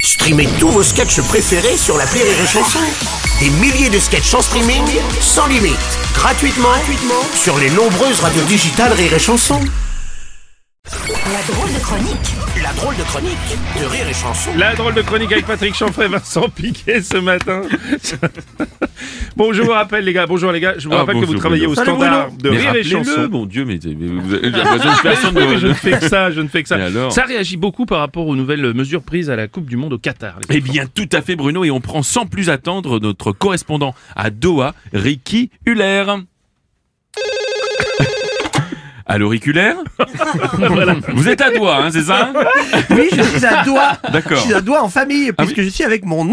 Streamez tous vos sketchs préférés sur la Rire et Chanson. Des milliers de sketchs en streaming, sans limite, gratuitement, gratuitement sur les nombreuses radios digitales Rire et Chanson. La drôle de chronique La drôle de chronique de Rire et Chanson. La drôle de chronique avec Patrick Chanfray, Vincent Piquet ce matin. bon, je vous rappelle les gars, bonjour les gars, je vous Ah, rappelle que bonjour, vous travaillez au Bruno. standard de Mais rire et rappelez-le, chanson. mon Dieu, mais, mais vous avez j'ai l'impression que personne Oui, mais je ne... ne fais que ça, je ne fais que ça. Mais alors ça réagit beaucoup par rapport aux nouvelles mesures prises à la Coupe du Monde au Qatar. les Eh enfants. bien, tout à fait, Bruno, et on prend sans plus attendre notre correspondant à Doha, Ricky Huller. À l'auriculaire Vous êtes à Doha, hein, c'est ça Oui, je suis à doigt. Je D'accord. Ah suis à doigt en famille, puisque je suis avec mon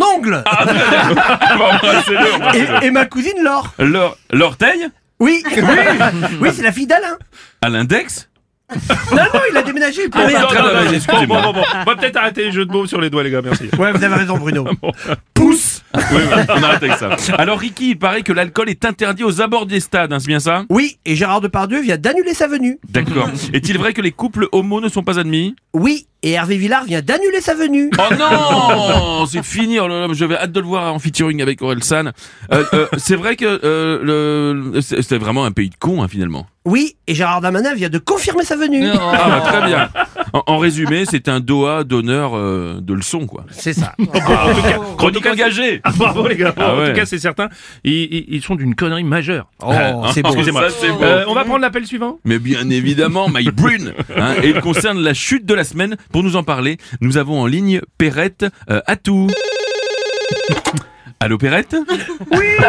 ongle bah, Embrassez-le. et, et ma cousine Laure. L'or- L'orteil Oui, oui, c'est la fille d'Alain. À l'index Non, non, il a déménagé. pour- Ah, merde. Oh, Non, non, non, Excusez-moi. excusez-moi. Bon, bon, bon, bon. On va peut-être arrêter les jeux de mots sur les doigts, les gars, merci. Ouais, vous avez raison, Bruno. Pousse. Oui, oui, on arrête avec ça. Alors, Ricky, il paraît que l'alcool est interdit aux abords des stades, hein, c'est bien ça Oui, et Gérard Depardieu vient d'annuler sa venue. D'accord. Est-il vrai que les couples homo ne sont pas admis Oui, et Hervé Villard vient d'annuler sa venue. Oh non C'est fini, oh là là, j'avais hâte de le voir en featuring avec Aurel San. Euh, euh, c'est vrai que euh, le, c'est- c'était vraiment un pays de cons, hein, finalement. Oui, et Gérard Damanin vient de confirmer sa venue. Ah, bah, très bien. En, en résumé, c'est un Doha d'honneur euh, de leçon, quoi. C'est ça. en tout cas, Chronique engagée ah, bravo les gars, Ah en ouais. tout cas c'est certain, ils, ils- ils sont d'une connerie majeure. Oh, c'est beau. Excusez-moi. Ça, c'est beau. Euh, on va prendre l'appel suivant Mais bien évidemment, My Brune hein, Et il concerne la chute de la semaine. Pour nous en parler, nous avons en ligne Perrette euh, Atou. Allô Perrette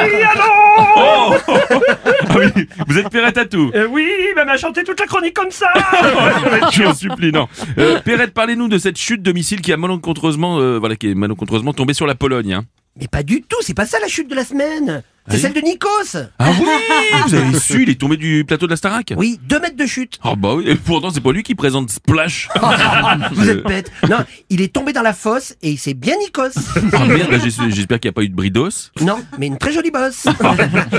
Oh Ah oui, vous êtes Perrette Atou Euh, oui, mais elle a chanté toute la chronique comme ça. Je vous en supplie, non. Euh, Perrette, parlez-nous de cette chute de missile qui a malencontreusement, euh, voilà, qui est malencontreusement tombée sur la Pologne. hein. Mais pas du tout, c'est pas ça la chute de la semaine. C'est oui celle de Nikos. Ah oui Vous avez su, il est tombé du plateau de la Starac Oui, deux mètres de chute. Ah bah oui, et pourtant c'est pas lui qui présente Splash. Vous êtes bête. Non, il est tombé dans la fosse et il s'est bien Nikos. Ah merde, là, j'es- j'espère qu'il n'y a pas eu de bridos. Non, mais une très jolie bosse.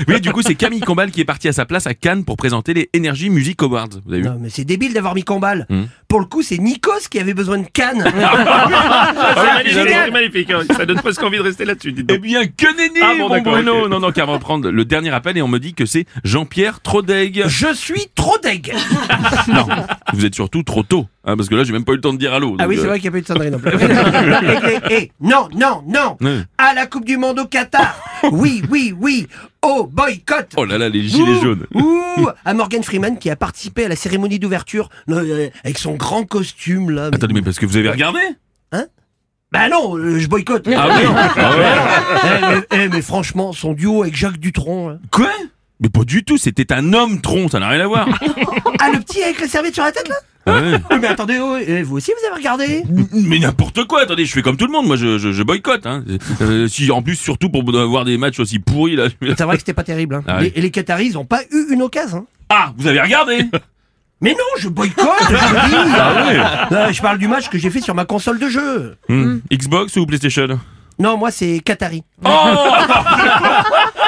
Oui, du coup c'est Camille Combal qui est parti à sa place à Cannes pour présenter les Energy Music Awards. Vous avez vu Non, mais c'est débile d'avoir mis Combal. Hmm. Pour le coup, c'est Nikos qui avait besoin de Cannes. Ah, C'est magnifique, oui, finalement. c'est magnifique, hein. ça donne presque envie de rester là-dessus, dites donc. Eh bien, que nenni, Ah bon, mon d'accord, Bruno ok. Non, non, car on va prendre le dernier appel et on me dit que c'est Jean-Pierre Trodeg. Je suis trop deg. Non, vous êtes surtout trop tôt, hein, parce que là j'ai même pas eu le temps de dire allô. Ah donc, oui, c'est euh, vrai qu'il n'y a pas eu de Sandrine en plus. Eh, eh, eh, non, non, non. Ouais. À la Coupe du Monde au Qatar. Oui, oui, oui. Au boycott. Oh là là, les gilets Ouh, jaunes. Ouh, à Morgan Freeman qui a participé à la cérémonie d'ouverture euh, avec son grand costume là. mais- Attendez, mais parce que vous avez regardé Ah Bah non, euh, je boycotte. oui Eh, mais, eh, mais franchement, son duo avec Jacques Dutronc. hein. Quoi Mais pas du tout, c'était un homme tronc, ça n'a rien à voir. Ah, le petit avec la serviette sur la tête là Ouais. Oui, Mais attendez, oh, eh, vous aussi vous avez regardé Mais n'importe quoi, attendez, je fais comme tout le monde, moi je, je, je boycotte. Hein. Euh, si en plus, surtout pour avoir des matchs aussi pourris là. C'est vrai que c'était pas terrible. Hein. Ah oui. Les- et les Qataris, ils ont pas eu une occasion. hein. Ah, vous avez regardé Mais non, je boycotte je, vous dis. Là, je parle du match que j'ai fait sur ma console de jeu. Hmm, Xbox ou PlayStation Non, moi c'est Qatari. Oh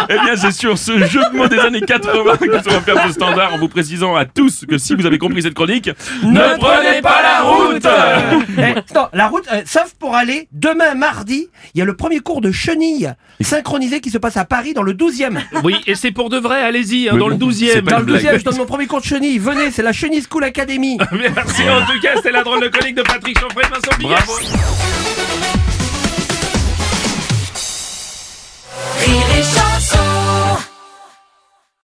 Eh bien, c'est sur ce jeu de mots des années 80 que nous allons faire ce standard en vous précisant à tous que si vous avez compris cette chronique, ne prenez pas la route Eh, non, la route, euh, sauf pour aller demain mardi, il y a le premier cours de chenille synchronisé qui se passe à Paris dans le 12e. Oui, et c'est pour de vrai, allez-y, hein, Mais dans bon, le c'est 12e. pas Dans une le 12e, je donne mon premier cours de chenille. Venez, c'est la Chenille School Academy. Merci en tout cas, c'était la drôle de chronique de Patrick Chanfray, Vincent Piquet. Bravo.